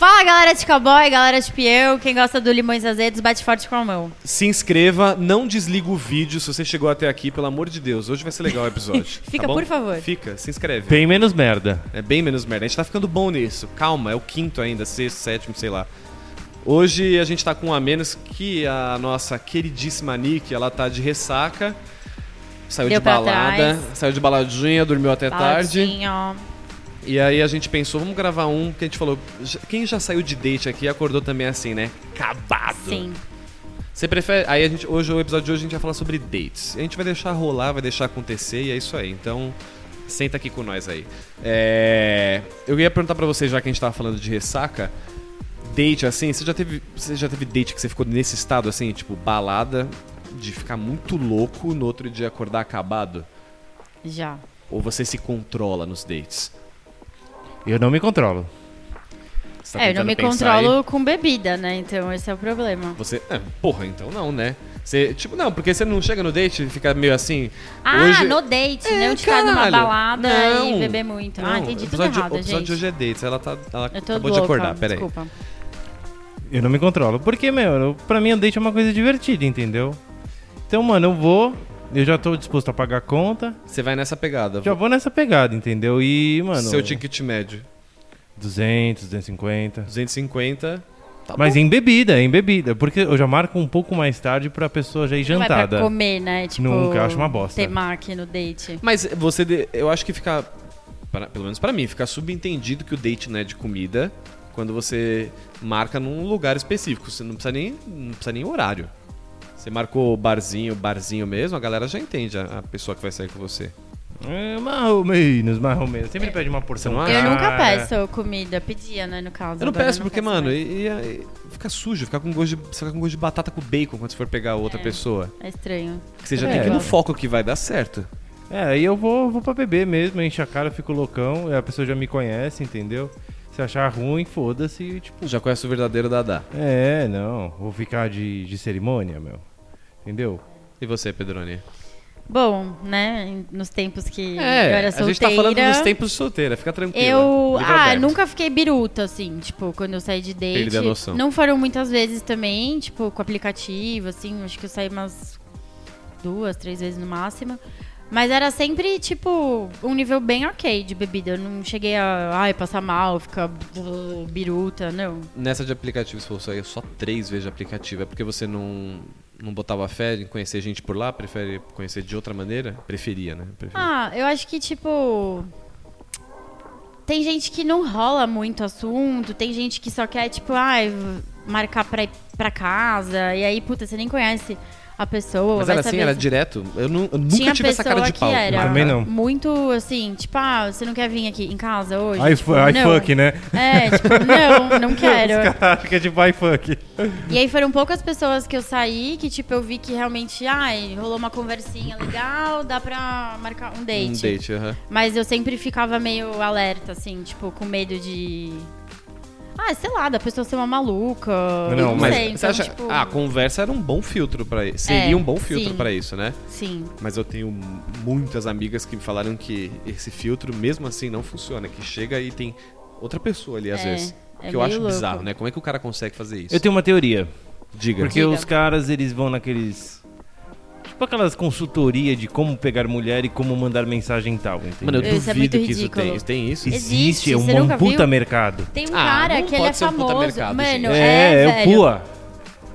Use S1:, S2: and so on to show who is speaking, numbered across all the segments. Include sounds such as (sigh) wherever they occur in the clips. S1: Galera de cowboy, galera de pieu, quem gosta do limões azedos, bate forte com a mão.
S2: Se inscreva, não desliga o vídeo se você chegou até aqui, pelo amor de Deus. Hoje vai ser legal o
S1: (laughs)
S2: episódio.
S1: Fica,
S2: tá bom?
S1: por favor.
S2: Fica, se inscreve.
S3: Bem menos merda.
S2: É bem menos merda. A gente tá ficando bom nisso. Calma, é o quinto ainda, sexto, sétimo, sei lá. Hoje a gente tá com um a menos que a nossa queridíssima Nick, ela tá de ressaca. Saiu
S1: Deu
S2: de
S1: pra
S2: balada,
S1: trás.
S2: saiu de baladinha, dormiu até Tá tarde.
S1: Baladinho.
S2: E aí a gente pensou, vamos gravar um, que a gente falou, "Já- quem já saiu de date aqui acordou também assim, né? Acabado.
S1: Sim.
S2: Você prefere. Aí a gente, hoje, o episódio de hoje a gente vai falar sobre dates. A gente vai deixar rolar, vai deixar acontecer e é isso aí. Então, senta aqui com nós aí. É, Eu ia perguntar pra você, já que a gente tava falando de ressaca, date assim, você já teve. Você já teve date que você ficou nesse estado assim, tipo, balada, de ficar muito louco no outro dia acordar acabado?
S1: Já.
S2: Ou você se controla nos dates?
S3: Eu não me controlo.
S2: Você tá
S1: é, eu não
S2: tentando
S1: me
S2: pensar aí?
S1: controlo com bebida, né? Então esse é o problema.
S2: Você. É, porra, então não, né? Você, tipo, não, porque você não chega no date e fica meio assim.
S1: Ah,
S2: hoje...
S1: no date,
S2: É,
S1: não de ficar numa
S2: caralho.
S1: balada
S2: Não.
S1: e beber muito. ah, entendi
S2: o
S1: tudo
S2: episódio de-
S1: errado,
S2: O episódio
S1: gente.
S2: de hoje é dates, ela, tá, ela
S1: Eu tô
S2: acabou
S1: louca,
S2: de acordar, peraí.
S1: desculpa.
S3: Eu não me controlo. Porque, meu, eu, pra mim o date é uma coisa divertida, entendeu? Então, mano, eu vou, eu já tô disposto a pagar a conta,
S2: Você vai nessa pegada.
S3: já vou nessa pegada, entendeu? E, mano,
S2: Seu ticket médio,
S3: 200, 250.
S2: 250. Tá
S3: Mas
S2: bom.
S3: em bebida, em bebida. Porque eu já marco um pouco mais tarde pra pessoa já ir
S1: Não Vai pra
S3: jantada.
S1: comer, né? Tipo,
S3: Nunca, eu acho uma bosta.
S1: Temaki no date.
S2: Mas você, de- eu acho que fica, pra- pelo menos pra mim, fica subentendido que o date não é de comida quando você marca num lugar específico. Você não precisa nem, não precisa nem horário. Você marcou barzinho, barzinho mesmo, a galera já entende a, a pessoa que vai sair com você.
S3: É, mais ou menos, mais ou menos. Sempre pede uma porção.
S2: Você
S1: Eu
S2: não acha?
S3: cara.
S1: nunca peço comida, pedia, né, no caso.
S2: Ah, é. Eu não
S1: agora
S2: peço porque,
S1: peço
S2: mano,
S1: mais.
S2: e, e- e fica sujo, fica com gosto de, você fica com gosto de batata com bacon quando você for pegar outra pessoa.
S1: É estranho.
S2: Que você já
S3: É.
S2: tem que ir no foco que vai dar certo.
S3: É, aí eu vou, vou pra beber mesmo, enche a cara, fico loucão, a pessoa já me conhece, entendeu? Se achar ruim, foda-se, e, tipo.
S2: Já conhece o verdadeiro Dadá.
S3: É, não, vou ficar de, de cerimônia, meu. Entendeu?
S2: E você, Pedroni?
S1: Bom, né, em- nos tempos que eu
S2: É,
S1: era
S2: a
S1: solteira...
S2: gente tá falando dos tempos né, de solteira, fica tranquilo.
S1: Eu. ah, nunca fiquei biruta, assim, tipo, quando eu saí de date.
S2: Perdi a noção.
S1: Não foram muitas vezes também, tipo, com aplicativo, assim, acho que eu saí umas duas, três vezes no máximo. Mas era sempre, tipo, um nível bem ok de bebida. Eu não cheguei a, ai, passar mal, ficar uh, biruta, não.
S2: Nessa de aplicativo, você falou só, eu só três vezes de aplicativo. É porque você não, não botava fé em conhecer gente por lá? Prefere conhecer de outra maneira? Preferia, né? Preferia.
S1: Ah, eu acho que, tipo. Tem gente que não rola muito assunto, tem gente que só quer, tipo, ai, v- marcar pra ir pra casa, e aí, puta, você nem conhece a pessoa.
S2: Mas
S1: vai
S2: era assim,
S1: saber
S2: era
S1: se-
S2: direto? Eu, nu- eu nunca
S1: Tinha
S2: tive essa
S1: pessoa
S2: cara de
S1: que
S2: pau.
S1: era
S3: Também não.
S1: muito assim, tipo, ah, você não quer vir aqui em casa hoje?
S3: I,
S1: tipo,
S3: fu- I
S1: não.
S3: fuck, né? (laughs)
S1: É, tipo, não,
S2: (laughs)
S1: não quero.
S3: Os caras ficam tipo I fuck.
S1: E aí foram poucas pessoas que eu saí que, tipo, eu vi que realmente, ai, rolou uma conversinha legal, dá pra marcar um date.
S2: Um date, aham.
S1: Mas eu sempre ficava meio alerta, assim, tipo, com medo de. Ah, sei lá, da pessoa ser uma maluca. eu Não,
S3: Não,
S1: mas
S2: mas
S1: sei,
S2: você
S1: então,
S2: acha...
S1: tipo, É,
S2: Ah, a conversa era um bom filtro para isso. Seria um bom filtro
S1: sim.
S2: pra isso, né?
S1: Sim.
S2: Mas eu tenho muitas amigas que me falaram que esse filtro, mesmo assim, não funciona. Que chega e tem outra pessoa ali, às
S1: É,
S2: vezes.
S1: é
S2: que eu
S1: meio
S2: acho
S1: louco.
S2: bizarro, né? Como é que o cara consegue fazer isso?
S3: Eu tenho uma teoria.
S2: Diga.
S3: Porque
S1: Diga.
S3: os caras, eles vão naqueles. Tipo aquelas consultoria de como pegar mulher e como mandar mensagem e tal, entendeu?
S2: Mano, eu
S1: Isso é
S2: duvido
S1: muito
S2: que isso
S1: ridículo.
S2: tem. Tem isso?
S1: Existe,
S3: Existe, é um
S1: você
S3: bom
S1: nunca
S3: puta
S1: viu?
S3: mercado.
S1: Tem um
S2: Ah,
S1: cara
S2: não
S1: que ele é
S2: pode ser um puta
S1: famoso.
S2: mercado,
S1: Mano,
S2: gente.
S1: é,
S3: é, o
S1: velho.
S3: Pua.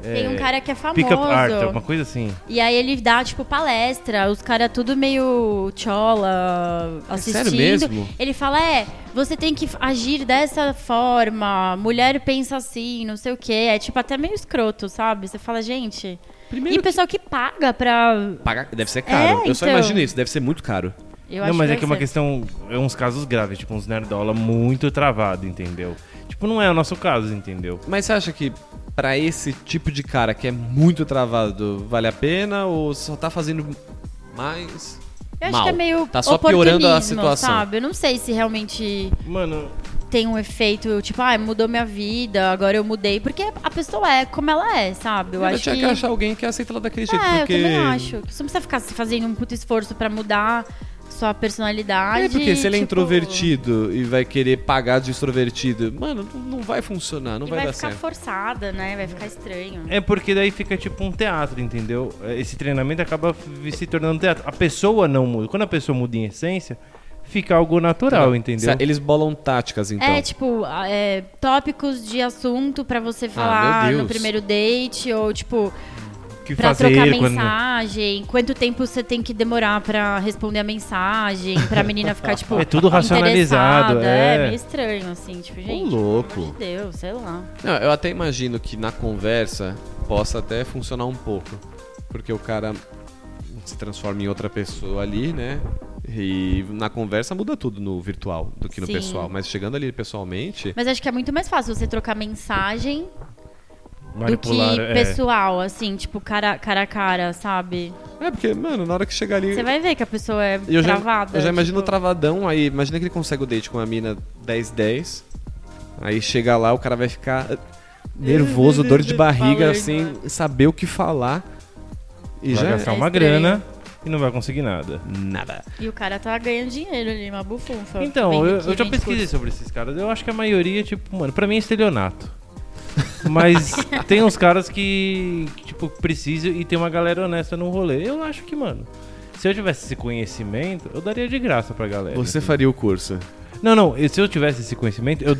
S1: Tem um cara que é famoso.
S3: Pick
S2: ah,
S3: up art,
S2: então.
S3: uma coisa assim.
S1: E aí ele dá, tipo, palestra, os caras tudo meio chola, assistindo.
S2: É sério mesmo?
S1: Ele fala, é, você tem que agir dessa forma, mulher pensa assim, não sei o quê. É, tipo, até meio escroto, sabe? Você fala, gente...
S2: Primeiro
S1: e pessoal que paga pra...
S2: Paga- Deve ser caro. eu só
S1: então.
S2: imagino isso. Deve ser muito caro.
S1: Eu
S3: não,
S1: acho
S3: mas é
S1: deve
S3: que é uma
S1: ser.
S3: questão. É uns casos graves, tipo uns nerdola muito travado, entendeu? Tipo, não é o nosso caso, entendeu?
S2: Mas você acha que pra esse tipo de cara que é muito travado, vale a pena? Ou só tá fazendo mais...
S1: Eu acho
S2: mal?
S1: que é meio
S2: Tá só
S1: oportunismo,
S2: piorando a situação.
S1: sabe? Eu não sei se realmente
S3: Mano,
S1: tem um efeito, tipo, ah, mudou minha vida, agora eu mudei. Porque a pessoa é como ela é, sabe? Eu
S2: Ela
S1: acho
S2: tinha
S1: que...
S2: que... achar alguém que aceita ela daquele jeito.
S1: É,
S2: porque...
S1: eu também acho. Você não precisa ficar se fazendo um puto esforço pra mudar sua personalidade.
S2: É porque se ele é
S1: tipo,
S2: introvertido e vai querer pagar de extrovertido, mano, não- não vai funcionar, não
S1: e
S2: vai,
S1: vai
S2: dar
S1: ficar
S2: certo.
S1: forçada, né? Vai ficar estranho.
S3: É porque daí fica tipo um teatro, entendeu? É, Esse treinamento acaba f- se tornando teatro. A pessoa não muda. Quando a pessoa muda em essência, fica algo natural, entendeu?
S2: Sa- Eles bolam táticas, então.
S1: É, tipo, a- é, tópicos de assunto pra você falar
S2: Ah, meu Deus.
S1: no primeiro date, ou tipo,
S3: que
S1: pra trocar mensagem, quanto tempo você tem que demorar pra responder a mensagem, pra menina ficar, tipo,
S3: É tudo racionalizado,
S1: interessada. É.
S3: é.
S1: meio estranho, assim, tipo, gente,
S2: louco.
S1: pelo amor de Deus, sei lá.
S2: Não, eu até imagino que na conversa possa até funcionar um pouco. Porque o cara se transforma em outra pessoa ali, né? E na conversa muda tudo no virtual do que no
S1: Sim.
S2: pessoal. Mas chegando ali pessoalmente.
S1: Mas acho que é muito mais fácil você trocar mensagem do
S3: Manipular,
S1: que
S3: é.
S1: pessoal, assim, tipo, cara, cara a cara, sabe?
S2: É, porque, mano, na hora que chegar ali.
S1: Você vai ver que a pessoa é
S2: E eu já,
S1: travada.
S2: eu já imagino
S1: tipo,
S2: travadão, aí imagina que ele consegue o date com uma mina 10-10. Aí chega lá, o cara vai ficar
S1: (laughs)
S2: nervoso, dor de
S1: Falando,
S2: barriga, assim, saber o que falar. E
S3: Vai
S2: já.
S3: gastar uma
S1: É estranho.
S3: grana e não vai conseguir nada.
S2: Nada.
S1: E o cara tá ganhando dinheiro ali, uma bufunfa.
S3: Então,
S1: Vem
S3: eu,
S1: aqui,
S3: eu já
S1: vem
S3: pesquisei
S1: discurso.
S3: sobre esses caras. Eu acho que a maioria, tipo, mano, pra mim é estelionato.
S1: (laughs)
S3: Mas tem uns caras que, que, tipo, precisam e tem uma galera honesta no rolê. Eu acho que, mano, se eu tivesse esse conhecimento, eu daria de graça pra galera.
S2: Você faria o curso.
S3: Não, não, e se eu tivesse esse conhecimento, eu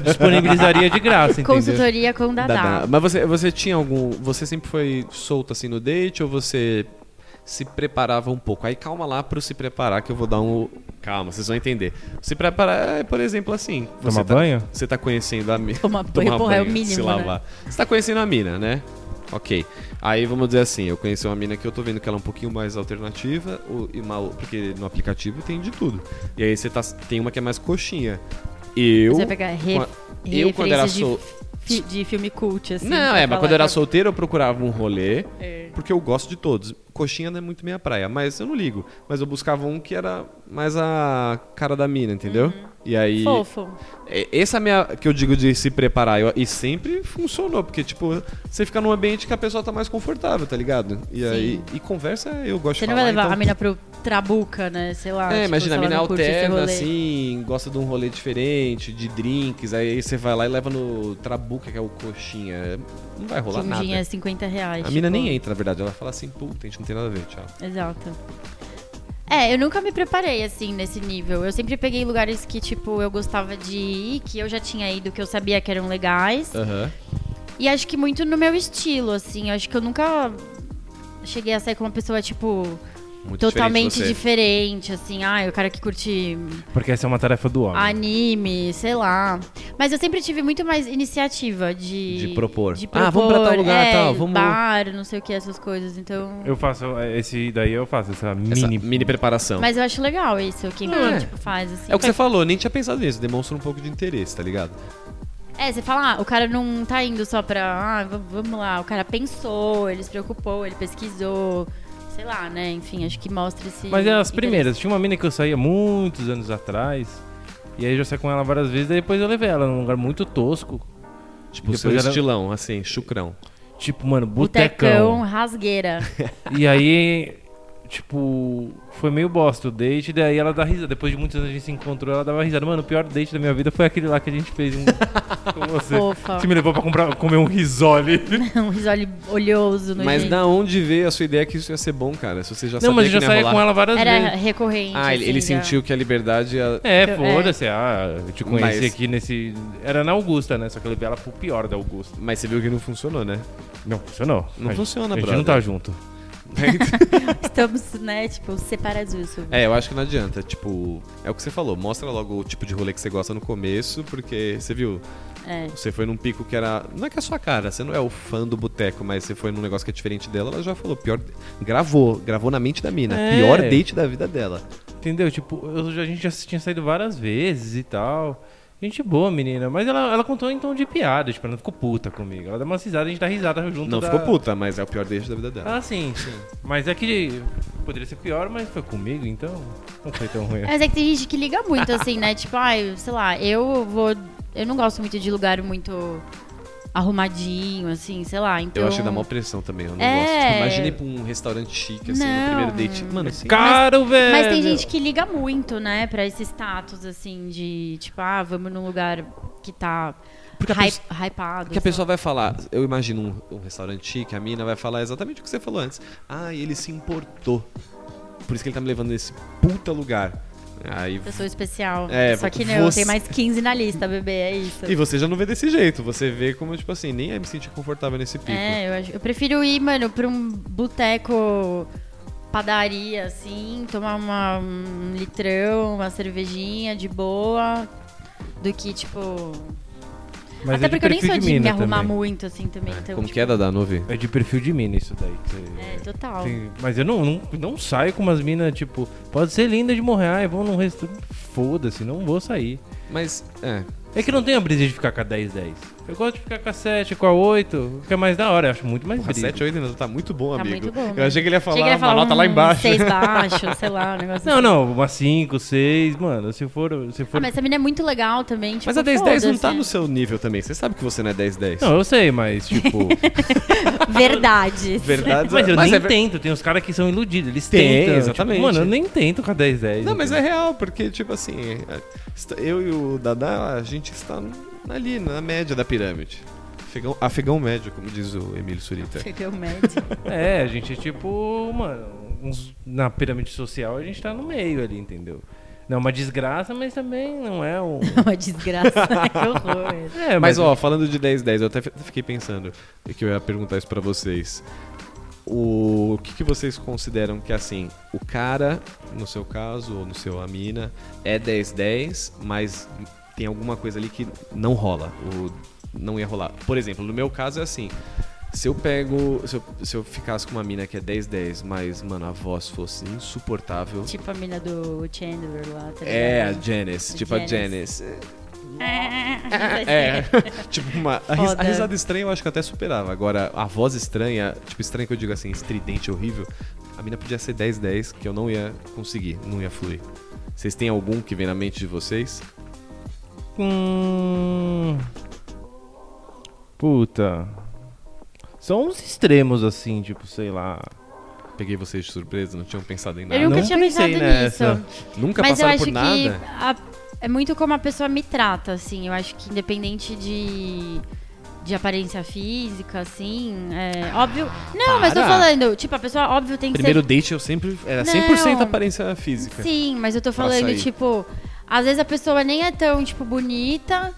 S3: disponibilizaria
S1: (laughs)
S3: de graça, entendeu?
S1: Consultoria com Dadá.
S2: Dadá. Mas você, você tinha algum. Você sempre foi solto assim no date ou você se preparava um pouco? Aí calma lá pro se preparar que eu vou dar um. Calma, vocês vão entender. Se preparar é, por exemplo, assim. Você
S3: Tomar
S2: tá,
S3: banho?
S2: Você tá conhecendo a
S1: (laughs)
S2: mina.
S1: Tomar banho, porra, é o mínimo,
S2: Se
S1: né?
S2: lavar. Você tá conhecendo a mina, né? Ok. Aí vamos dizer assim, eu conheci uma mina que eu tô vendo que ela é um pouquinho mais alternativa, o- e uma- porque no aplicativo tem de tudo. E aí você tá, tem uma que é mais coxinha. Eu.
S1: Você vai pegar re-
S2: quan- eu, quando era
S1: referências de,
S2: sol-
S1: fi- de filme cult, assim.
S2: não,
S1: pra
S2: é, mas
S1: falar
S2: quando eu era
S1: que-
S2: solteiro eu procurava um rolê,
S1: É.
S2: porque eu gosto de todos. Coxinha não é muito minha praia, mas eu não ligo. Mas eu buscava um que era mais a cara da mina, entendeu? E aí.
S1: Uhum. Fofo.
S2: É, Essa é a minha que eu digo de se preparar. Eu- e sempre funcionou, porque, tipo, você fica num ambiente que a pessoa tá mais confortável, tá ligado? E aí. E conversa, eu gosto
S1: Você
S2: de
S1: não vai
S2: falar,
S1: levar
S2: então-
S1: a mina pro Trabuca, né? Sei lá.
S2: é,
S1: tipo,
S2: imagina,
S1: se
S2: a
S1: ela
S2: mina
S1: não curte esse
S2: alterna,
S1: rolê.
S2: assim, gosta de um rolê diferente, de drinks, aí você vai lá e leva no Trabuca, que é o coxinha. Não vai rolar nada.
S1: Quindinha é 50 reais.
S2: A mina
S1: tipo.
S2: nem entra, na verdade. Ela fala assim, puta, a gente não tem nada a ver, tchau.
S1: Exato. É, eu nunca me preparei assim nesse nível. Eu sempre peguei lugares que, tipo, eu gostava de ir, que eu já tinha ido, que eu sabia que eram legais.
S2: Aham.
S1: E acho que muito no meu estilo, assim. Eu acho que eu nunca cheguei a sair com uma pessoa, tipo,
S2: Muito
S1: totalmente
S2: diferente. de você.
S1: diferente, assim. Ah, o cara que curte
S3: Porque essa é uma tarefa do
S2: Ah.
S3: homem.
S1: anime, sei lá. Mas eu sempre tive muito mais iniciativa de.
S2: De propor.
S1: de
S2: Ah, vamos pra tal
S1: propor,
S2: lugar,
S1: é,
S2: tal, vamos-
S1: Bar, não sei o que, essas coisas. Então.
S3: Eu faço é, esse daí, eu faço essa
S2: Essa
S3: mini.
S2: mini, preparação.
S1: Mas eu acho legal isso, quem
S2: É.
S1: tipo, faz, assim.
S2: É o que você falou, nem tinha pensado nisso. Demonstra um pouco de interesse, tá ligado?
S1: É, você fala, ah, o cara não tá indo só pra. Ah, v- vamos lá, o cara pensou, ele se preocupou, ele pesquisou. Sei lá, né? Enfim, acho que mostra esse.
S3: Mas é as
S1: interesse.
S3: primeiras. Tinha uma mina que eu saía muitos anos atrás. E aí eu já saí com ela várias vezes. Daí depois eu levei ela num lugar muito tosco.
S2: Tipo, o
S3: Depois
S2: seu
S3: era-
S2: estilão, assim, chucrão.
S3: Tipo, mano,
S1: Botecão,
S3: botecão. (laughs)
S1: rasgueira.
S3: E aí, tipo, foi meio bosta o date. Daí ela dá risada. Depois de muitos anos a gente se encontrou, ela dava risada. Mano, o pior date da minha vida foi aquele lá que a gente fez um- com você.
S1: Fofa.
S3: Você me levou pra comprar, comer um risole.
S1: um risole oleoso no
S2: Mas da onde veio a sua ideia que isso ia ser bom, cara? Se você já
S3: Não,
S2: sabia
S3: mas
S2: que
S3: eu já
S2: não ia
S3: saía
S2: rolar.
S3: com ela várias
S1: Era (laughs)
S3: vezes.
S1: recorrente.
S2: Ah, ele,
S1: assim,
S2: ele
S1: já.
S2: sentiu que a liberdade ia...
S3: É,
S1: Eu-
S3: foda-se. Ah, eu te conheci
S2: Mas-
S3: aqui nesse. Era na Augusta, né? Só que eu levei ela pro pior da Augusta.
S2: Mas você viu que não funcionou, né?
S3: Não funcionou.
S2: Não
S3: A gente-
S2: funciona,
S3: A gente
S2: brother.
S3: não tá junto.
S1: Estamos, né, tipo, separados disso.
S2: É, eu acho que não adianta. Tipo, é o que você falou. Mostra logo o tipo de rolê que você gosta no começo, porque você viu,
S1: É.
S2: Você foi num pico que era. Não é que é a sua cara, você não é o fã do boteco, mas você foi num negócio que é diferente dela, ela já falou, pior. Gravou, gravou na mente da mina.
S3: É.
S2: Pior date da vida dela.
S3: Entendeu? Tipo, eu já- a gente já tinha saído várias vezes e tal. Gente boa, menina. Mas ela, ela contou em tom de piada, tipo, ela não ficou puta comigo. Ela dá uma risada, a gente dá risada junto.
S2: Não
S3: da-
S2: ficou puta, mas é o pior date da vida dela.
S3: Ah, sim, sim. Mas é que poderia ser pior, mas foi comigo, então não foi tão ruim. assim.
S1: Mas é que tem gente que liga muito, assim, né? Tipo, ai, sei lá, eu vou. Eu não gosto muito de lugar muito arrumadinho, assim, sei lá. Então...
S2: Eu acho que dá mó pressão também, eu não
S1: É.
S2: gosto. Tipo, imagina ir pra um restaurante chique, assim,
S1: Não.
S2: no primeiro date. Mano, assim.
S3: Caro, velho!
S1: Mas tem gente que liga muito, né, pra esse status, assim, de tipo, ah, vamos num lugar que tá
S2: Porque a
S1: hy-
S2: pessoa-
S1: hypado. assim,
S2: Que a
S1: sei
S2: pessoa vai falar, eu imagino um, um restaurante chique, a mina vai falar exatamente o que você falou antes. Ah, ele se importou. Por isso que ele tá me levando nesse puta lugar. Aí.
S1: lá. Pessoa especial.
S2: É,
S1: Só que não,
S2: você-
S1: tem mais 15 na lista, bebê, é isso.
S2: E você já não vê desse jeito, você vê como, tipo assim, nem aí me sentir confortável nesse pico.
S1: É, eu, acho- eu prefiro ir, mano, pra um boteco padaria, assim, tomar uma- um litrão, uma cervejinha de boa, do que, tipo...
S3: Mas
S1: Até
S3: é de
S1: porque eu nem
S3: perfil
S1: sou de me
S3: mina
S1: arrumar
S3: também.
S1: muito, assim, também. então,
S2: como
S1: tipo,
S2: que é, Dadá? Não ouvi.
S3: É de perfil de mina isso daí. que você-
S1: É, total.
S3: Tem- mas eu não, não, não saio com umas minas, tipo, pode ser linda de morrer, ai, vou num restaurante. Foda-se, não vou sair.
S2: Mas, é.
S3: É que eu não tenho a brisa de ficar com a 10, 10. Eu gosto de ficar com a 7, com a 8, que é mais da hora, eu acho muito mais
S2: Porra,
S3: brisa.
S2: 7, 8 ainda tá muito bom,
S1: Tá
S2: amigo.
S1: muito bom, né?
S2: Eu achei que ele ia
S1: Achei
S2: falar
S1: que ele ia
S2: uma nota lá
S1: um
S2: embaixo.
S1: Seis baixo, sei lá, um negócio
S3: Não, não, uma 5, 6, mano, se for. Se
S1: Ah,
S3: for...
S1: mas essa mina é muito legal também. Tipo,
S2: Mas a 1010 não tá
S1: foda-se.
S2: no seu nível também. Você sabe que você não é 1010.
S3: Não, eu sei, mas
S1: (laughs)
S3: tipo.
S1: Verdade.
S2: (laughs) Verdade.
S3: mas eu
S2: é
S3: nem
S2: ver-
S3: tento, tem uns caras que são iludidos, eles
S2: Tem,
S3: tentam. tipo,
S2: exatamente.
S3: mano, eu nem tento com a 10, 10.
S2: Não, mas é real, porque, tipo assim, é, est- eu e o Dadá, a gente está n- ali, na média da pirâmide. Afegão, afegão médio, como diz o Emílio Surita.
S1: Peguei o médico.
S3: É, a gente é tipo, mano, uns- na pirâmide social a gente tá no meio ali, entendeu? Não é uma desgraça, mas também não é (laughs) um.
S1: Uma então, desgraça. (laughs) que horror.
S3: É,
S2: Mas, ó, falando de 10-10, eu até fi- fiquei pensando que eu ia perguntar isso pra vocês. O, o que, que vocês consideram que, assim, o cara, no seu caso, ou no seu, a mina, é 10-10, mas tem alguma coisa ali que não rola, ou não ia rolar. Por exemplo, no meu caso é assim, se eu pego, se eu, se eu ficasse com uma mina que é 10-10, mas, mano, a voz fosse insuportável...
S1: Tipo a mina do Chandler lá, tá ligado?
S2: É, a Janice, tipo a
S1: Janice.
S2: Janice.
S1: É.
S2: É, (laughs) tipo, uma, a, ris- a
S1: Foda.
S2: risada estranha eu acho que eu até superava. Agora, a voz estranha, tipo, estranha que eu digo assim, estridente, horrível, a mina podia ser 10-10, que eu não ia conseguir, não ia fluir. Vocês têm algum que vem na mente de vocês?
S3: Hum... Puta. São uns extremos assim, tipo, sei lá.
S2: Peguei vocês de surpresa, não tinham pensado em nada.
S1: Eu nunca
S3: Não
S1: tinha
S3: pensei
S1: pensado nisso.
S3: nessa.
S2: Nunca
S1: Mas eu
S2: passaram
S1: acho
S2: por
S1: que
S2: nada?
S1: a- é muito como a pessoa me trata, assim. Eu acho que independente de, de aparência física, assim, é óbvio. Não, mas tô
S2: para.
S1: falando, tipo, a pessoa óbvio tem que
S2: Primeiro
S1: ser.
S2: date eu sempre. Era
S1: Não.
S2: 100% aparência física.
S1: Sim, mas eu tô
S2: Nossa,
S1: falando,
S2: aí.
S1: tipo, às vezes a pessoa nem é tão, tipo, bonita.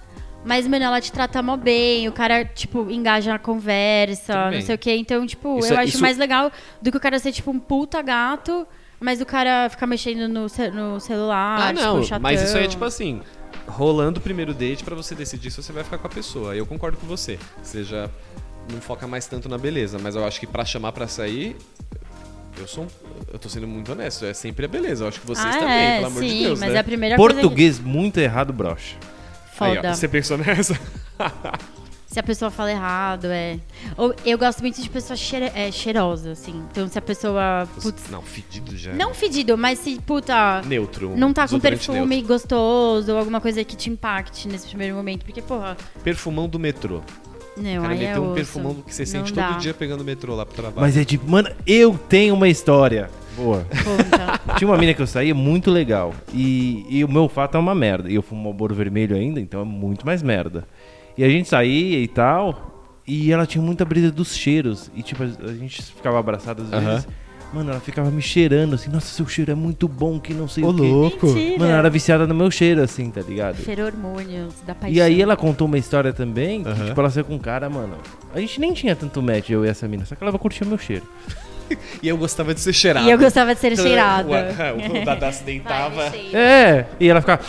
S1: Mas, mano, ela te trata mó bem, o cara, tipo, engaja na
S2: Tudo
S1: conversa,
S2: bem.
S1: não sei o quê. Então, tipo,
S2: Isso
S1: eu
S2: é-
S1: acho
S2: isso-
S1: mais legal do que o cara ser, tipo, um puta gato, mas o cara ficar mexendo no, ce- no celular,
S2: Ah, não,
S1: tipo,
S2: mas isso aí é
S1: chatão.
S2: tipo assim, rolando o primeiro date pra você decidir se você vai ficar com a pessoa. Eu concordo com você. Você já não foca mais tanto na beleza, mas eu acho que pra chamar pra sair, eu sou um, eu tô sendo muito honesto, é sempre a beleza. Eu acho que vocês
S1: Ah,
S2: também,
S1: é,
S2: pelo amor
S1: sim,
S2: de Deus,
S1: mas
S2: né?
S1: é a primeira coisa
S3: Português muito errado, brocha.
S1: que...
S2: Aí,
S1: Foda.
S2: ó, você pensou nessa?
S1: Se a pessoa fala errado, é... Ou, eu gosto muito de pessoa cheire- é, cheirosa, assim. Então, se a pessoa... (laughs) Putz,
S2: Não, fedido já.
S1: não fedido, mas se, puta...
S2: Neutro. um
S1: Não tá com
S2: desodorante
S1: perfume gostoso ou alguma coisa que te impacte nesse primeiro momento. Porque, porra,
S2: neutro. Perfumão do metrô.
S1: não,
S2: Cara,
S1: aí é
S2: meteu um
S1: osso.
S2: perfumão que você
S1: Não
S2: sente
S1: dá.
S2: todo dia pegando o metrô lá pro trabalho.
S3: Mas é tipo, mano, eu tenho uma história. Boa.
S1: Conta.
S2: (laughs)
S3: Tinha uma mina que eu saía muito legal. E, e o meu fato é uma merda. E eu fumo Malboro vermelho ainda, então é muito mais merda. E a gente saía e tal. E ela tinha muita brisa dos cheiros. E tipo, a a gente ficava abraçado às
S2: Aham.
S3: vezes. Mano, ela ficava me cheirando assim. Nossa, seu cheiro é muito bom, que não sei o quê.
S1: Mentira.
S3: Mano, ela era viciada no meu cheiro, assim, tá ligado?
S1: Ferormônios da paixão.
S3: E aí ela contou uma história também, que
S2: Aham.
S3: tipo, ela saiu com um cara, mano. A gente nem tinha tanto match, eu e essa mina, só que ela curtia meu cheiro.
S2: E eu gostava de ser cheirado.
S1: E eu gostava de ser
S2: (laughs)
S1: cheirada.
S2: O, o Dadá se
S1: Vai,
S2: deitava.
S1: me cheira.
S3: É! E ela ficava,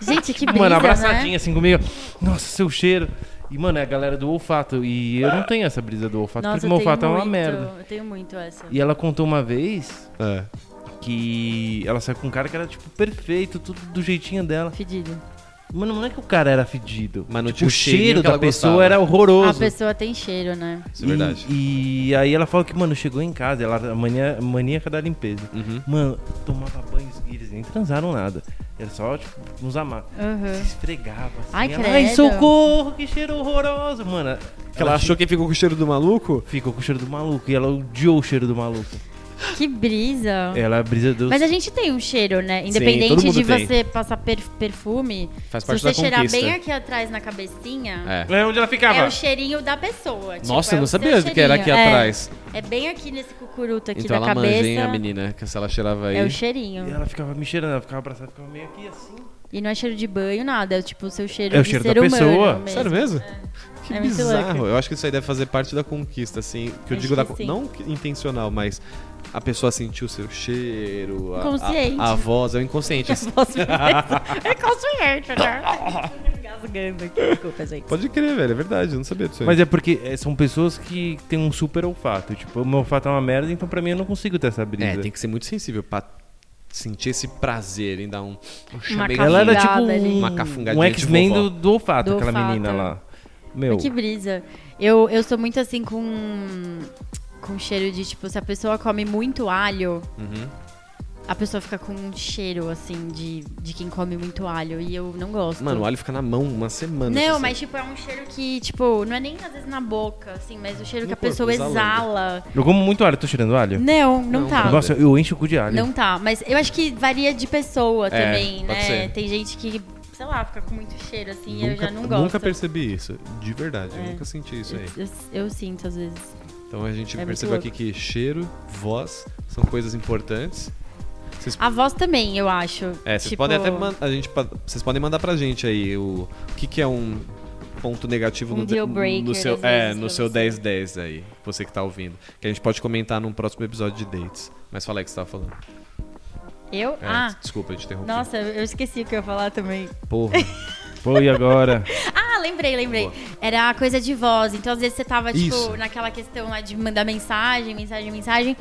S1: Gente, que brisa,
S3: mano, abraçadinha
S1: né?
S3: assim comigo. Nossa, seu cheiro. E, mano, é a galera do olfato. E eu não tenho essa brisa do olfato,
S1: Nossa,
S3: porque
S1: eu
S3: meu
S1: tenho
S3: olfato é uma
S1: muito-
S3: merda.
S1: Eu tenho muito essa.
S3: E ela contou uma vez
S2: É.
S3: que ela saiu com um cara que era, tipo, perfeito, tudo do jeitinho dela.
S1: Fedido.
S3: Mano, não é que o cara era fedido.
S2: Mas não
S3: Tipo,
S2: tinha
S3: o
S2: o cheirinho
S3: cheiro
S2: que ela
S3: da pessoa
S2: gostava.
S3: era
S1: A
S3: horroroso.
S1: pessoa tem cheiro, né?
S2: Isso é verdade.
S3: E, e aí ela falou que, mano, chegou em casa,
S2: Uhum.
S3: ela era mania, maníaca da limpeza. Mano, tomava banho, e eles nem transaram nada. Era só, tipo, nos amar. Se
S1: Uhum.
S3: esfregava assim.
S1: Ai,
S3: ela, Ai,
S1: credo."
S3: socorro, que cheiro horroroso. Mano, ela,
S2: Que ela achou que ficou com o cheiro do maluco?
S3: Ficou com o cheiro do maluco e ela odiou o cheiro do maluco.
S1: Que brisa.
S3: Ela brisa do.
S1: Ah. Mas a gente tem um cheiro, né?
S2: É. todo
S1: Independente
S2: mundo
S1: de
S2: tem.
S1: você passar per- perfume,
S2: Faz
S1: se
S2: parte
S1: você
S2: da
S1: cheirar
S2: conquista.
S1: bem aqui atrás na cabecinha,
S2: É.
S3: É onde ela
S1: é,
S3: ficava.
S1: o cheirinho da pessoa. tipo, é
S2: Nossa, eu não
S1: o seu
S2: sabia que era aqui
S1: cheirinho. É.
S2: atrás.
S1: É bem aqui nesse cucuruto aqui
S2: Então
S1: da
S2: ela
S1: cabeça.
S2: manja, hein, a menina, que se ela cheirava aí.
S1: é o
S3: E
S1: cheirinho.
S3: ela ficava me cheirando, ela ficava abraçada, ficava meio aqui assim.
S1: E não é cheiro de banho, nada. É tipo o seu cheiro
S3: É o
S1: de
S3: cheiro
S1: ser
S3: da
S1: humano
S3: pessoa.
S1: mesmo.
S2: Sério mesmo? Que
S1: É muito
S2: bizarro.
S1: louco.
S2: Eu acho que isso aí deve fazer parte da conquista, assim. Que
S1: Acho
S2: eu digo da
S1: que
S2: con-
S1: sim.
S2: não que- intencional, mas a pessoa sentiu o seu cheiro, a,
S1: Inconsciente.
S2: a, a voz, é
S1: (laughs)
S2: o inconsciente.
S1: Eu posso
S2: (laughs)
S1: ver. Eu consciente, É né? Engasgando aqui, desculpa, gente.
S2: Pode crer, velho, é verdade, eu não sabia disso aí.
S3: Mas é porque é, são pessoas que têm um super olfato. Tipo, o meu olfato é uma merda, então pra mim eu não consigo ter essa brisa.
S2: É, tem que ser muito sensível pra sentir esse prazer em dar um. Puxa,
S1: Uma
S2: meio-
S1: café.
S3: Ela era tipo
S1: Cafungada ali.
S3: um,
S2: Uma cafungadinha
S3: um
S2: de
S3: X-Men
S2: vovó.
S3: do, do olfato,
S1: Do
S3: aquela
S1: olfato.
S3: menina lá. Meu,
S1: Ai, Que brisa. Eu, eu sou muito assim com. Com cheiro de tipo, se a pessoa come muito alho,
S2: Uhum.
S1: a pessoa fica com um cheiro assim de, de quem come muito alho. E eu não gosto.
S2: Mano, o alho fica na mão uma semana. assim. se
S1: Não,
S2: você-
S1: mas tipo, é um cheiro que, tipo, não é nem às vezes na boca, assim, mas o cheiro
S2: No
S1: que a
S2: corpo,
S1: pessoa
S2: exalando.
S1: exala.
S3: eu como muito alho, tô cheirando alho?
S1: Não, não,
S2: Não,
S1: tá.
S2: Nada.
S3: Nossa, eu encho o cu de alho.
S1: Não tá. Mas eu acho que varia de pessoa também,
S2: É, pode
S1: né?
S2: ser.
S1: Tem gente que, sei lá, fica com muito cheiro, assim, e eu já não gosto.
S2: nunca percebi isso, de verdade. Eu
S1: É.
S2: nunca senti isso aí.
S1: Eu, eu- eu sinto às vezes.
S2: Então a gente
S1: É muito
S2: percebeu aqui
S1: louco.
S2: que cheiro, voz são coisas importantes. Vocês
S1: A voz também, eu acho.
S2: É, vocês
S1: Tipo,
S2: podem até man- a gente pa- vocês podem mandar pra gente aí o, o que, que é um ponto negativo
S1: Um
S2: no, de-
S1: deal breaker,
S2: no seu
S1: às vezes,
S2: é, no
S1: pra
S2: seu
S1: você.
S2: 10 10 aí, você que tá ouvindo, que a gente pode comentar num próximo episódio de dates. Mas fala aí o que você tava falando.
S1: Eu?
S2: É,
S1: ah,
S2: des- Desculpa, eu te interrompi.
S1: nossa, eu esqueci o que eu ia falar também.
S2: Porra.
S3: Pô, e agora?
S1: (laughs) Ah, lembrei, lembrei.
S2: Boa.
S1: Era a coisa de voz. Então, às vezes, você tava, tipo,
S2: Isso.
S1: naquela questão lá de mandar mensagem, mensagem, mensagem.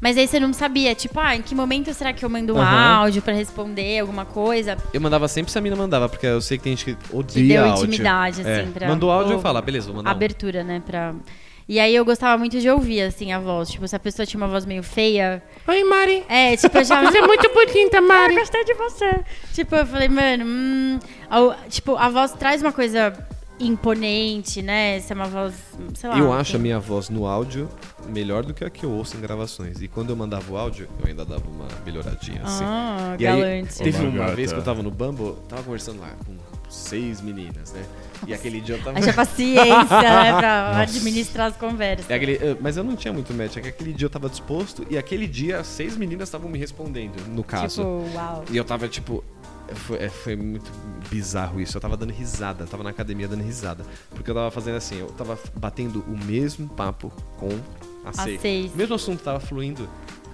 S1: Mas aí você não sabia, tipo, ah, em que momento será que eu mando um
S2: Aham.
S1: áudio pra responder alguma coisa?
S2: Eu mandava sempre se a mina mandava, porque eu sei que tem gente que
S1: Que
S2: odia
S1: deu
S2: áudio.
S1: intimidade, assim,
S2: É,
S1: pra.
S2: Mandou áudio,
S1: ou-
S2: eu falo, ah, beleza, vou mandar. um.
S1: Abertura, né? Pra... E aí eu gostava muito de ouvir, assim, a voz. Tipo, se a pessoa tinha uma voz meio feia.
S4: Oi, Mari.
S1: É, tipo,
S4: (laughs)
S1: eu já.
S4: Você é muito bonita, Mari.
S1: gostei de você. (laughs) Tipo, eu falei, mano, hum, a- tipo, a voz traz uma coisa imponente, né? Essa é uma voz, sei lá.
S2: Eu acho a
S1: tem-
S2: minha voz no áudio melhor do que a que eu ouço em gravações. E quando eu mandava o áudio, eu ainda dava uma melhoradinha assim.
S1: Ah,
S2: E aí,
S1: galante.
S2: teve
S3: Olá,
S2: uma
S3: gata.
S2: vez que eu tava no Bumble, tava conversando lá com seis meninas, né? E aquele dia eu tava. (laughs)
S1: Acho a é paciência, né? Pra administrar as conversas.
S2: É aquele- eu- mas eu não tinha muito match, é que aquele dia eu tava disposto e aquele dia as seis meninas estavam me respondendo, no caso.
S1: Tipo, uau.
S2: E eu tava tipo. Foi, é, foi muito bizarro isso. Eu tava dando risada, tava na academia dando risada. Porque eu tava fazendo assim, eu tava batendo o mesmo papo com a
S1: As
S2: seis.
S1: seis.
S2: O mesmo assunto tava fluindo.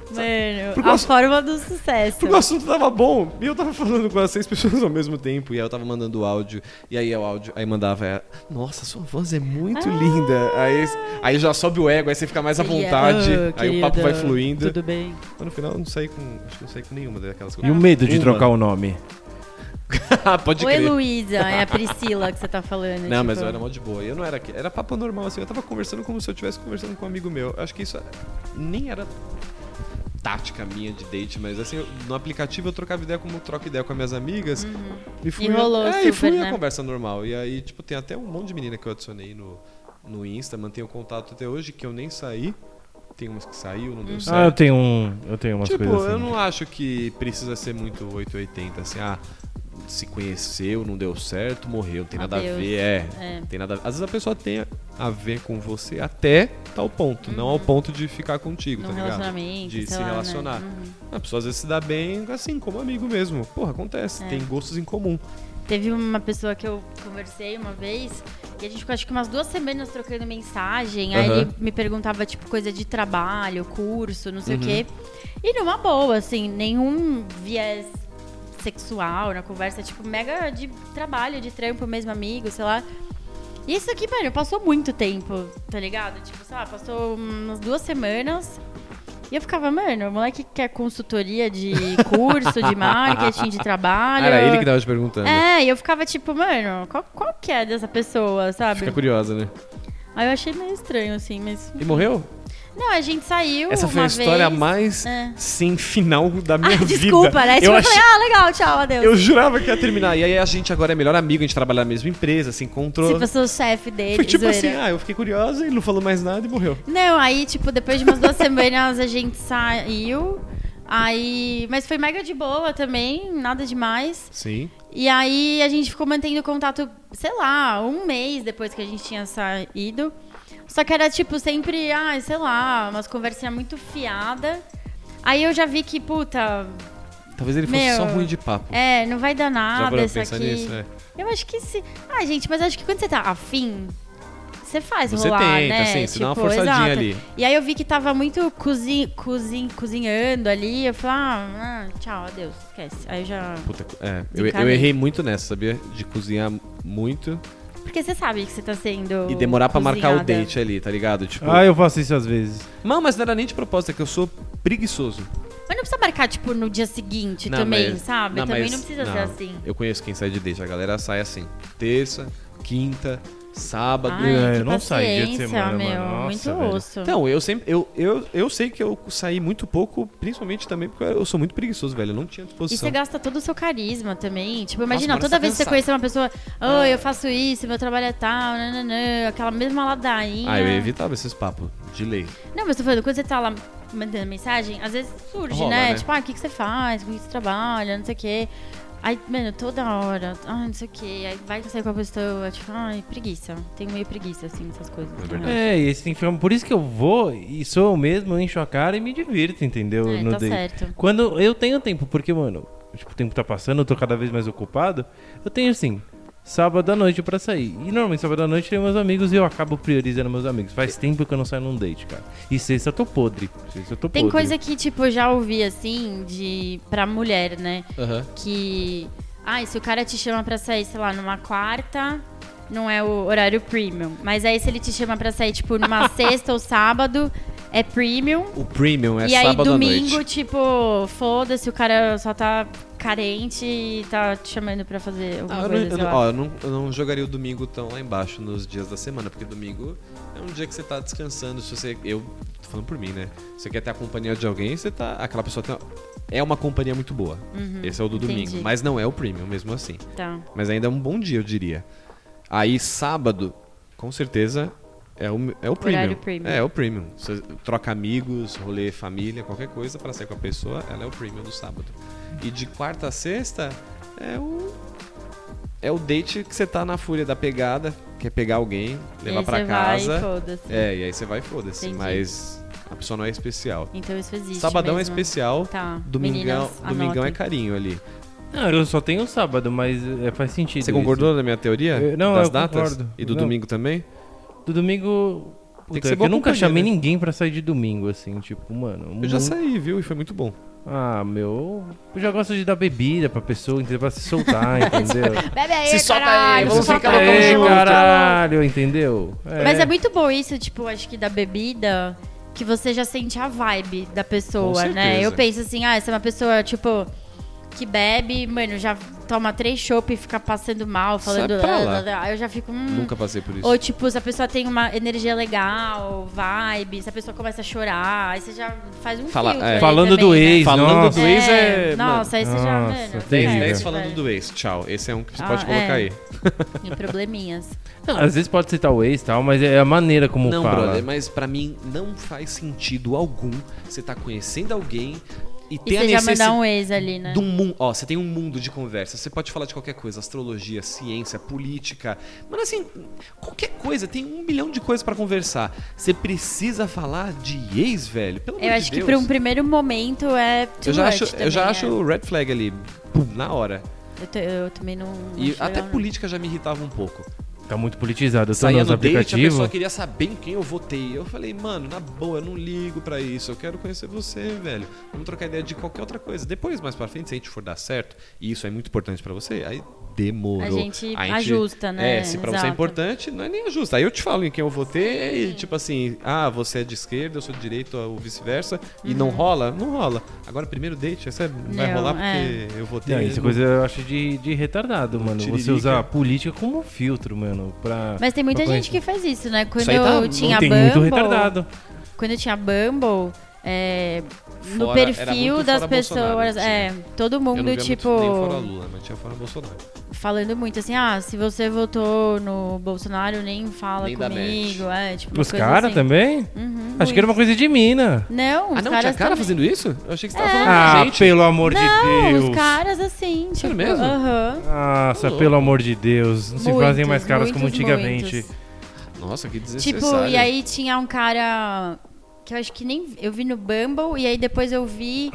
S2: Porque
S1: Mano,
S2: eu
S1: a
S2: acho-
S1: fórmula do sucesso.
S2: Porque o assunto tava bom e eu tava falando com as seis pessoas ao mesmo tempo. E aí eu tava mandando áudio, e aí o áudio, aí mandava, é, nossa, sua voz é muito
S1: Ah,
S2: linda. Aí, aí já sobe o ego, aí você fica mais à
S1: Queria-
S2: vontade,
S1: Ah,
S2: aí o papo vai
S1: querida,
S2: fluindo.
S1: Tudo bem.
S2: Mas no final eu não saí com. Acho que eu não saí com nenhuma daquelas
S3: E o medo de
S2: Uma.
S3: trocar o nome?
S2: (laughs) Pode
S1: Oi,
S2: crer.
S1: Luísa. É a Priscila que você tá falando.
S2: Não,
S1: tipo.
S2: mas eu era mal de boa. Eu não era. que- Era papo normal, assim. Eu tava conversando como se eu estivesse conversando com um amigo meu. Eu Acho que isso nem era tática minha de date, mas assim, eu- no aplicativo eu trocava ideia como eu troco ideia com as minhas amigas. E fui.
S1: Uhum. E rolou
S2: é,
S1: super,
S2: e fui a
S1: né?
S2: conversa normal. E aí, tipo, tem até um monte de menina que eu adicionei no, no Insta, mantenho contato até hoje, que eu nem saí. Tem umas que saiu, não deu
S1: Uhum.
S2: certo.
S3: Ah, eu tenho um. Eu tenho umas
S2: Tipo,
S3: coisas assim.
S2: eu não acho que precisa ser muito 880, assim, ah, se conheceu, não deu certo, morreu, não tem nada a
S1: Adeus.
S2: ver, é.
S1: É.
S2: Tem nada a... Às vezes a pessoa tem a ver com você até tal ponto, não ao ponto de ficar contigo,
S1: Num
S2: tá ligado?
S1: Uhum. relacionamento, sei
S2: De se
S1: lá, né?
S2: relacionar.
S1: Uhum.
S2: A pessoa às vezes se dá bem assim, como amigo mesmo. Porra, acontece,
S1: É.
S2: tem gostos em comum.
S1: Teve uma pessoa que eu conversei uma vez e a gente ficou acho que umas duas semanas trocando mensagem. Aí
S2: Aham.
S1: ele me perguntava, tipo, coisa de trabalho, curso, não sei
S2: Uhum.
S1: o quê. E numa boa, assim, nenhum viés sexual na conversa, tipo, mega de trabalho, de trampo mesmo, amigo, sei lá. E isso aqui, mano, passou muito tempo, tá ligado? Tipo, sei lá, passou umas duas semanas. E eu ficava, mano, o moleque quer consultoria de curso, de marketing,
S2: (laughs)
S1: de trabalho.
S2: Era ele que tava te perguntando.
S1: É, e eu ficava tipo, mano, qual, qual que é dessa pessoa, sabe?
S2: Fica curiosa, né?
S1: Aí eu achei meio estranho, assim, mas.
S2: E morreu?
S1: Não, a gente saiu
S2: Essa
S1: uma
S2: foi a história
S1: vez.
S2: mais
S1: É.
S2: sem final da
S1: (laughs)
S2: minha
S1: Ah,
S2: vida.
S1: desculpa, né?
S2: Eu
S1: Tipo, eu
S2: achei-
S1: falei, ah, legal, tchau, adeus.
S2: Eu jurava que ia terminar. E aí a gente agora é melhor amigo, a gente trabalha na mesma empresa, se encontrou.
S1: Tipo, eu sou o chefe dele,
S2: Foi tipo
S1: zoeira.
S2: assim, ah, eu fiquei curiosa, ele não falou mais nada e morreu.
S1: Não, aí, tipo, depois de umas duas semanas a gente saiu. Aí. Mas foi mega de boa também, nada demais.
S2: Sim.
S1: E aí a gente ficou mantendo contato, sei lá, um mês depois que a gente tinha saído. Só que era tipo sempre, ah, sei lá, umas conversinhas muito fiada. Aí eu já vi que, puta,
S2: Talvez ele fosse
S1: Meu,
S2: só ruim de papo.
S1: é, não vai dar
S2: Já
S1: nada
S2: parou pra
S1: isso
S2: pensar
S1: aqui.
S2: nisso, é.
S1: Eu acho que se. Ah, gente, mas acho que quando você tá afim, você faz
S2: Você
S1: rolar,
S2: tenta,
S1: né?
S2: assim, você dá uma forçadinha ali.
S1: E aí eu vi que tava muito cozi cozin cozinhando ali. Eu falei, ah, ah, tchau, adeus, esquece. Aí eu já.
S2: Puta, é, eu, eu
S1: Desencanei.
S2: errei muito nessa, sabia? De cozinhar muito
S1: Porque você sabe que você tá sendo.
S2: e demorar pra marcar o
S1: cozinhada.
S2: date ali, tá ligado? Tipo,
S3: Ah, eu faço isso às vezes.
S2: Não, mas não era nem de propósito, é que eu sou preguiçoso.
S1: Mas não precisa marcar, tipo, no dia seguinte
S2: Não,
S1: também,
S2: mas-
S1: sabe? também
S2: mas-
S1: não precisa ser assim.
S2: Eu conheço quem sai de date, a galera sai assim, terça, quinta, sábado.
S1: Ai,
S3: É,
S1: que
S3: eu não saio dia de
S1: paciência,
S3: semana,
S1: meu.
S3: mano. Nossa,
S1: muito
S3: velho.
S1: osso.
S2: Então, eu sempre. Eu, eu, eu sei que eu saí muito pouco, principalmente também porque eu sou muito preguiçoso, velho. Eu não tinha
S1: E
S2: disposição.
S1: você gasta todo o seu carisma também. Tipo, imagina,
S2: mano,
S1: toda
S2: você tá
S1: vez que você
S2: cansado.
S1: conhecer uma pessoa, oh,
S2: É.
S1: eu faço isso, meu trabalho é tal, nananã, aquela mesma ladainha.
S2: Ah, eu evitava esses papos de lei.
S1: Não, mas tô falando, quando você tá lá mandando mensagem, às vezes surge,
S2: Rola,
S1: né?
S2: né?
S1: Tipo, ah, o que, que você faz? Com que você trabalha? Não sei o quê. Aí, mano, toda hora, ah, não sei o quê. Aí vai sair com a pessoa, tipo, ai, preguiça. Tenho meio preguiça, assim, essas coisas.
S2: É verdade.
S3: É, e esse tem que ficar. Por isso que eu vou e sou eu mesmo, eu encho a cara e me divirto, entendeu?
S1: É,
S3: no
S1: tá
S3: date.
S1: certo.
S3: Quando eu tenho tempo, porque, mano, tipo, o tempo tá passando, eu tô cada vez mais ocupado. Eu tenho assim, sábado à noite pra sair. E normalmente sábado à noite tem meus amigos e eu acabo priorizando meus amigos. Faz tempo que eu não saio num date, cara. E sexta eu tô podre. Sexta eu tô
S1: Tem
S3: podre.
S1: coisa que, tipo, eu já ouvi, assim, de... pra mulher, né? que. Ai, se o cara te chama pra sair, sei lá, numa quarta, não é o horário premium. Mas aí se ele te chama pra sair, tipo,
S2: (laughs)
S1: numa sexta ou sábado, é premium.
S2: O premium é
S1: e aí
S2: sábado à
S1: domingo,
S2: noite.
S1: tipo, foda-se, o cara só tá carente e tá te chamando pra fazer alguma
S2: Ah, eu, não,
S1: coisa.
S2: eu,
S1: sei
S2: não,
S1: lá.
S2: ó, eu não- eu não jogaria o domingo tão lá embaixo nos dias da semana, porque domingo é um dia que você tá descansando. Se você. Eu tô falando por mim, né? Você quer ter a companhia de alguém, você tá. Aquela pessoa tem. É uma companhia muito boa. Esse é o do
S1: Uhum. entendi.
S2: domingo. Mas não é o premium, mesmo assim.
S1: Tá.
S2: Mas ainda é um bom dia, eu diria. Aí, sábado, com certeza, é o, é o premium.
S1: Horário premium.
S2: É, é o premium. Você troca amigos, rolê, família, qualquer coisa pra sair com a pessoa, ela é o premium do sábado. E de quarta a sexta, é o. É o date que você tá na fúria da pegada, quer pegar alguém,
S1: E aí
S2: levar pra
S1: você vai e
S2: casa.
S1: foda-se.
S2: É, e aí você vai, foda-se.
S1: Entendi.
S2: Mas a pessoa não é especial.
S1: Então isso existe.
S2: Sabadão
S1: mesmo.
S2: é especial,
S1: Tá,
S2: domingão,
S1: meninas,
S2: domingão é
S1: anotem.
S2: carinho ali.
S3: Não, eu só tenho sábado, mas é, faz sentido.
S2: Você
S3: isso.
S2: concordou na minha teoria?
S3: Eu- não,
S2: das
S3: eu
S2: datas?
S3: concordo.
S2: E do
S3: Não.
S2: domingo também?
S3: Do domingo. Puta,
S2: que
S3: é
S2: ser
S3: que
S2: boa
S3: eu nunca
S2: companhia,
S3: chamei
S2: né?
S3: ninguém pra sair de domingo, assim, tipo, mano.
S2: Eu já
S3: mu-
S2: saí, viu? E foi muito bom.
S3: Ah, meu. Eu já gosto de dar bebida pra pessoa, entendeu? Pra se
S2: (laughs)
S3: soltar, entendeu?
S1: Bebe aí,
S2: Se solta aí,
S1: caralho,
S2: vamos
S1: se solta
S2: ficar
S1: aí,
S2: loucão
S3: Ei,
S2: junto.
S3: caralho, entendeu?
S1: Mas é muito bom isso, tipo, acho que da bebida, que você já sente a vibe da pessoa,
S2: Com
S1: né?
S2: certeza.
S1: Eu penso assim, ah, essa é uma pessoa, tipo, que bebe, mano, já toma três chopp e fica passando mal,
S2: Sai
S1: falando.
S2: pra
S1: "Ah,
S2: lá."
S1: lá, lá." Aí eu já fico. Hum.
S2: Nunca passei por isso. É
S1: Ou, tipo, se a pessoa tem uma energia legal, vibe, se a pessoa começa a chorar, aí você já faz um
S2: Fala-
S1: filtro
S2: é.
S1: ali
S3: Falando
S1: também,
S3: do
S1: né?
S3: ex,
S2: Falando
S3: nossa.
S2: do ex é.
S1: Nossa, aí você já,
S3: Nossa,
S1: mano, é.
S2: mano, 10,
S3: terrível.
S2: 10
S1: esquece,
S2: falando
S1: velho.
S2: do ex. Tchau. Esse é um que você
S1: Ah,
S2: pode colocar
S1: é.
S2: aí.
S1: E probleminhas.
S3: Não, às vezes pode citar o ex e tal, mas é a maneira como
S2: então. não,
S3: fala.
S2: brother, mas pra mim não faz sentido algum você tá conhecendo alguém e,
S1: E
S2: ter a
S1: você já mandar
S2: necessidade.
S1: um ex ali, né?
S2: Do mundo, ó, você tem um mundo de conversa. Você pode falar de qualquer coisa, astrologia, ciência, política. Mas assim, qualquer coisa, tem um milhão de coisas pra conversar. Você precisa falar de ex, velho. Pelo
S1: Eu
S2: amor de
S1: acho que
S2: Deus.
S1: pra um primeiro momento é too
S2: eu já
S1: much
S2: acho, eu
S1: também,
S2: já
S1: é.
S2: acho o red flag ali, pum, na hora.
S1: Eu, ta- eu também não.
S2: E
S1: acho
S2: até
S1: legal, não.
S2: política já me irritava um pouco.
S3: Tá muito politizado. Eu tô
S2: Saía
S3: nos
S2: no date, a pessoa
S3: aplicativos.
S2: queria saber em quem eu votei. Eu falei, mano, na boa, eu não ligo pra isso. Eu quero conhecer você, velho. Vamos trocar ideia de qualquer outra coisa. Depois, mais pra frente, se a gente for dar certo, e isso é muito importante pra você, aí demorou.
S1: A gente
S2: Aí
S1: ajusta, né?
S2: É, se pra você é
S1: Exato.
S2: importante, não é nem ajusta. Aí eu te falo em quem eu votei e, tipo assim, ah, você é de esquerda, eu sou de direita ou vice-versa. E não rola? Não rola. Agora, primeiro date, essa vai
S1: Uhum. Não,
S2: rolar
S1: é.
S2: porque eu votei.
S3: Não, isso é
S2: no-
S3: coisa eu acho de, de retardado, mano. Você
S2: tiririca.
S3: usar a política como filtro, mano, pra.
S1: Mas tem muita
S3: pra
S1: gente que faz isso, né? Quando
S2: aí tá-
S1: eu tinha
S3: tem
S1: Bumble,
S3: muito retardado.
S1: quando eu tinha Bumble, é, no
S2: Fora- era
S1: perfil
S2: muito
S1: das
S2: fora Bolsonaro
S1: pessoas,
S2: que
S1: é, todo
S2: Eu não
S1: mundo,
S2: via
S1: tipo,
S2: muito, nem fora Lula, mas tinha fora Bolsonaro.
S1: falando muito assim, ah, se você votou no Bolsonaro, nem fala
S2: Nem dá
S1: comigo, é, tipo, umas
S3: Os
S1: coisas
S3: caras
S1: assim.
S3: também?
S1: Uhum,
S3: Acho que era uma coisa de mina.
S1: Não, os
S2: Ah,
S1: caras
S2: não, tinha cara
S1: também. É.
S2: fazendo isso? Eu achei que você tava falando
S3: Ah,
S2: de gente.
S3: pelo amor de
S1: Não,
S3: Deus.
S1: os caras assim, tipo,
S2: Sério mesmo?
S1: aham.
S3: Nossa,
S2: Ô, louco.
S3: pelo amor de Deus. Não se fazem
S1: Muitos,
S3: mais caras como
S1: muitos,
S3: antigamente.
S1: muitos.
S2: Nossa, que desnecessário.
S1: Tipo, e aí tinha um cara que eu acho que nem. Eu vi no Bumble, e aí depois eu vi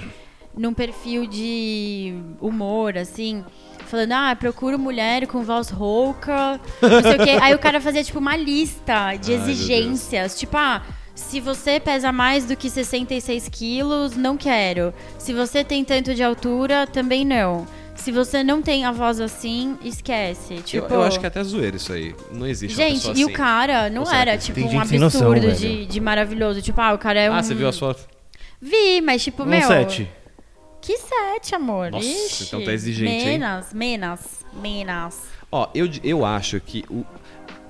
S1: num perfil de humor, assim. Falando, ah, procuro mulher com voz rouca, não sei
S2: (laughs)
S1: o quê. Aí o cara fazia, tipo, uma lista de
S2: Ai, meu Deus.
S1: exigências. Tipo, ah, se você pesa mais do que 66 quilos, não quero. Se você tem tanto de altura, também não. Se você não tem a voz assim, esquece.
S2: Eu,
S1: Tipo,
S2: eu acho que é até zoeira isso aí. Não existe uma
S1: Gente,
S2: pessoa
S1: e o
S2: assim.
S1: cara não
S2: Ou será
S1: era,
S2: que-
S1: tipo,
S3: Tem
S1: um
S3: gente sem noção,
S1: absurdo
S3: velho.
S1: de, de maravilhoso. Tipo, ah, o cara é um...
S2: Ah, você viu as fotos?
S1: Vi, mas tipo,
S3: Um
S1: meu...
S3: sete.
S1: Que sete, amor?
S2: Nossa,
S1: Ixi,
S2: então tá exigente, hein?
S1: Menas, menas, menas.
S2: Ó, eu, di- eu acho que o-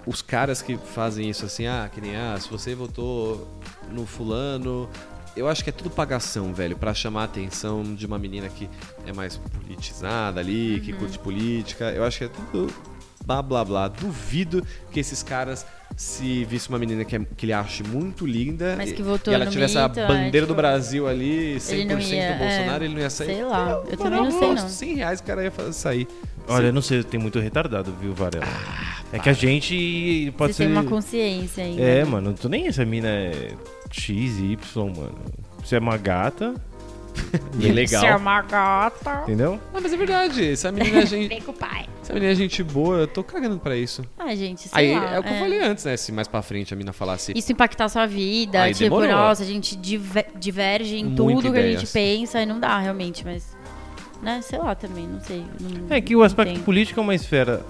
S2: os caras que fazem isso assim, ah, que nem, ah, se você votou no fulano. Eu acho que é tudo pagação, velho, pra chamar a atenção de uma menina que é mais politizada ali,
S1: Uhum.
S2: que curte política. Eu acho que é tudo blá blá blá. Duvido que esses caras, se visse uma menina que, é- que ele ache muito linda
S1: Mas que
S2: e-
S1: votou
S2: e ela
S1: no
S2: tivesse a
S1: mito, é,
S2: bandeira do
S1: tipo,
S2: Brasil ali, 100%
S1: ele não ia,
S2: do Bolsonaro,
S1: é,
S2: ele não ia sair.
S1: sei lá, eu
S2: Na
S1: também não
S2: moral,
S1: sei, não.
S2: 100 reais o cara ia fa- sair.
S3: Olha, eu não sei, tem muito retardado, viu, Varela? é que a gente pode
S1: Ah, Você
S3: ser.
S1: tem uma consciência ainda.
S3: É,
S1: né?
S3: mano, não tô nem essa mina é X, Y, mano. Você é uma gata,
S2: E
S3: (laughs)
S2: legal.
S1: Você é uma gata.
S3: entendeu?
S2: Não, mas é verdade. Essa
S1: (laughs)
S2: menina é gente,
S1: Vem com o pai.
S2: essa menina é gente boa, eu tô cagando pra isso.
S1: Ah, gente, sei
S2: Aí
S1: lá.
S2: é o que eu falei antes, né? Se mais pra frente a mina assim, falasse.
S1: Isso impactar sua vida,
S2: Aí
S1: tipo,
S2: demorou.
S1: nossa, a gente diver- diverge em
S2: Muita
S1: tudo que a
S2: ideias.
S1: gente pensa e não dá realmente, mas. Né, sei lá também, não sei. não-
S3: É que o aspecto
S1: entendo.
S3: político é uma esfera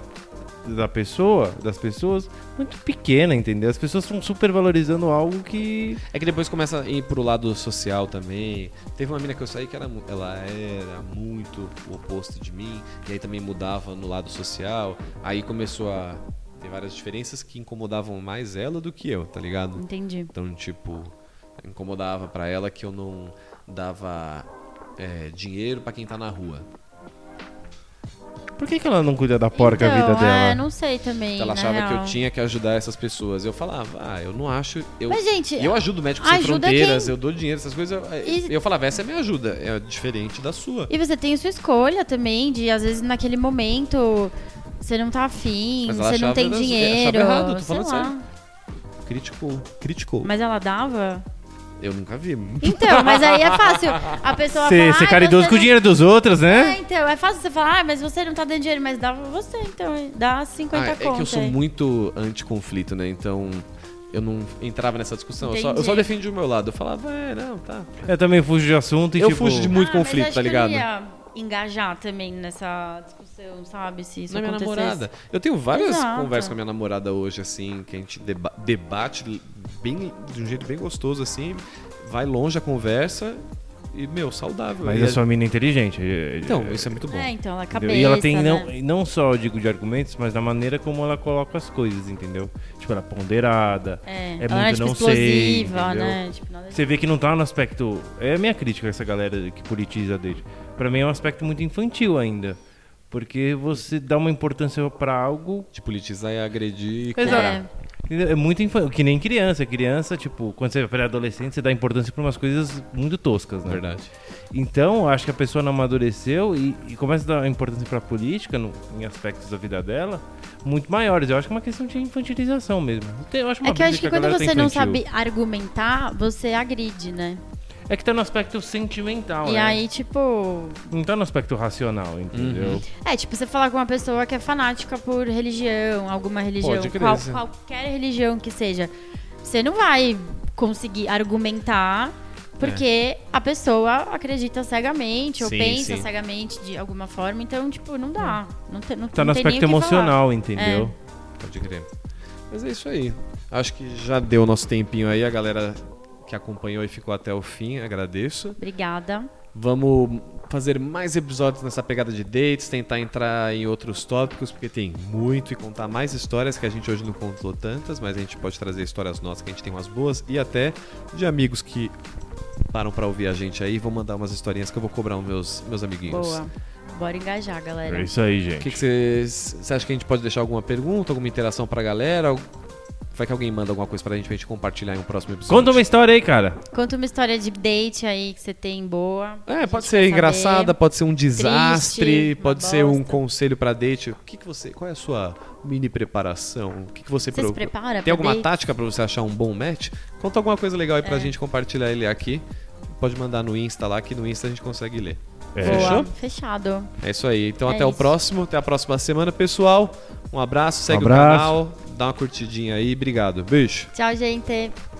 S3: da pessoa, das pessoas, muito pequena, entendeu? As pessoas estão super valorizando algo que.
S2: É que depois começa a ir pro lado social também. Teve uma mina que eu saí que era, mu- ela era muito o oposto de mim, e aí também mudava no lado social. Aí começou a ter várias diferenças que incomodavam mais ela do que eu, tá ligado?
S1: Entendi.
S2: Então, tipo, incomodava pra ela que eu não dava é, dinheiro pra quem tá na rua.
S3: Por que, que ela não cuida da porca
S1: então,
S3: vida dela?
S1: É, não sei também.
S2: Ela
S1: na
S2: achava que eu
S1: real.
S2: tinha que ajudar essas pessoas. Eu falava, ah, eu não acho. Eu,
S1: Mas, gente,
S2: eu ajudo médicos sem
S1: ajuda
S2: fronteiras,
S1: quem-
S2: eu dou dinheiro, essas coisas. Eu-
S1: E-
S2: Eu falava, essa é minha ajuda. É diferente da sua.
S1: E você tem sua escolha também, de às vezes naquele momento você não tá afim,
S2: Mas ela
S1: você não
S2: achava
S1: tem
S2: das-
S1: dinheiro.
S2: achava errado, tô
S1: sei
S2: falando
S1: lá.
S2: sério. Criticou. Criticou.
S1: Mas ela dava?
S2: Eu nunca vi.
S1: Então, mas aí é fácil. A pessoa
S3: Ser
S1: fala.
S3: ser
S1: "Ai,
S3: caridoso
S1: você
S3: com o
S1: não-"
S3: dinheiro dos outros, né?
S1: É, então, é fácil você falar, ah, mas você não tá dando dinheiro, mas dava você, então. hein? Dá 50
S2: Ah, é que eu
S1: conto
S2: sou
S1: aí.
S2: muito anti-conflito, né? Então. Eu não entrava nessa discussão, eu só, eu
S1: Entendi.
S2: só defendia o meu lado. Eu falava, é, não, tá.
S3: Eu também fujo de assunto e
S2: eu
S3: tipo.
S2: fujo de muito
S1: Ah, mas
S2: conflito,
S1: acho
S2: tá
S1: que
S2: ligado?
S1: Eu ia engajar também nessa discussão, sabe? Se isso
S2: na minha
S1: acontecesse.
S2: namorada. Eu tenho várias
S1: Exato.
S2: conversas com a minha namorada hoje, assim, que a gente deba- debate bem, de um jeito bem gostoso, assim, vai longe a conversa e, meu, saudável.
S3: Mas
S2: E
S3: eu
S2: a-
S3: sou uma mina inteligente.
S2: Então, isso é muito bom.
S1: É, então, ela é
S3: Entendeu?
S1: cabeça.
S3: e ela tem não,
S1: né?
S3: não só, eu digo, de argumentos, mas da maneira como ela coloca as coisas, entendeu? Tipo, ela é ponderada,
S1: É,
S3: é,
S1: ela não é,
S3: muito
S1: tipo,
S3: não sei.
S1: explosiva,
S3: entendeu?
S1: né? Tipo, nada
S3: Você vê que não tá no aspecto. É a minha crítica a essa galera que politiza desde. Pra mim é um aspecto muito infantil ainda. Porque você dá uma importância pra algo.
S2: De politizar e agredir.
S1: é.
S2: e
S3: Exato.
S2: cobrar.
S3: entendeu? É muito infantil. Que nem criança. Criança, tipo, quando você é pré-adolescente, você dá importância pra umas coisas muito toscas, né?
S2: Verdade.
S3: Então, eu acho que a pessoa não amadureceu e, e começa a dar importância pra política no- em aspectos da vida dela muito maiores. Eu acho que é uma questão de infantilização mesmo. Tem- Eu acho uma
S1: É que eu
S3: brisa
S1: acho que
S3: a
S1: quando
S3: galera tá
S1: você não
S3: infantil.
S1: sabe argumentar, você agride, né?
S3: É que tá no aspecto sentimental,
S1: e
S3: né?
S1: aí, tipo.
S3: Não tá no aspecto racional, entendeu?
S1: É, tipo, você falar com uma pessoa que é fanática por religião, alguma religião,
S2: Pode crer,
S1: qual-
S2: sim.
S1: qualquer religião que seja. Você não vai conseguir argumentar porque
S3: É.
S1: a pessoa acredita cegamente ou
S2: Sim,
S1: pensa
S2: sim.
S1: cegamente de alguma forma. Então, tipo, não dá. Não, te, não,
S3: Tá no
S1: não tem nem o que falar. É,
S3: aspecto
S1: tá
S3: emocional, entendeu?
S2: Pode crer. Mas é isso aí. Acho que já deu o nosso tempinho aí, a galera que acompanhou e ficou até o fim, agradeço.
S1: Obrigada.
S2: Vamos fazer mais episódios nessa pegada de dates, tentar entrar em outros tópicos, porque tem muito e contar mais histórias que a gente hoje não contou tantas, mas a gente pode trazer histórias nossas que a gente tem umas boas e até de amigos que param pra ouvir a gente aí. Vou mandar umas historinhas que eu vou cobrar os meus, meus amiguinhos.
S1: Boa. Bora engajar, galera.
S3: É isso aí,
S2: O que
S3: gente.
S2: você acha que a gente pode deixar alguma pergunta, alguma interação pra galera? Al- Vai que alguém manda alguma coisa pra gente, pra gente compartilhar em um próximo episódio.
S3: Conta uma história aí, cara.
S1: Conta uma história de date aí que você tem boa.
S2: É, pode
S1: gente
S2: ser
S1: quer
S2: engraçada,
S1: saber.
S2: pode ser um desastre,
S1: Triste, uma
S2: pode ser um
S1: bosta.
S2: conselho pra date. O que, que você, qual é a sua mini preparação? O que, que você,
S1: Você se prepara
S2: Tem
S1: pra
S2: alguma
S1: date? É.
S2: tática pra você achar um bom match? Conta alguma coisa legal aí pra gente compartilhar ele aqui. Pode mandar no Insta lá, que no Insta a gente consegue ler.
S1: Boa.
S2: É. Fechou?
S1: Fechado.
S2: É isso aí. Então
S1: É
S2: até o
S1: isso.
S2: próximo, até a próxima semana, pessoal. Um abraço, segue
S3: Abraço.
S2: o canal, dá uma curtidinha aí. Obrigado. Beijo.
S1: Tchau, gente.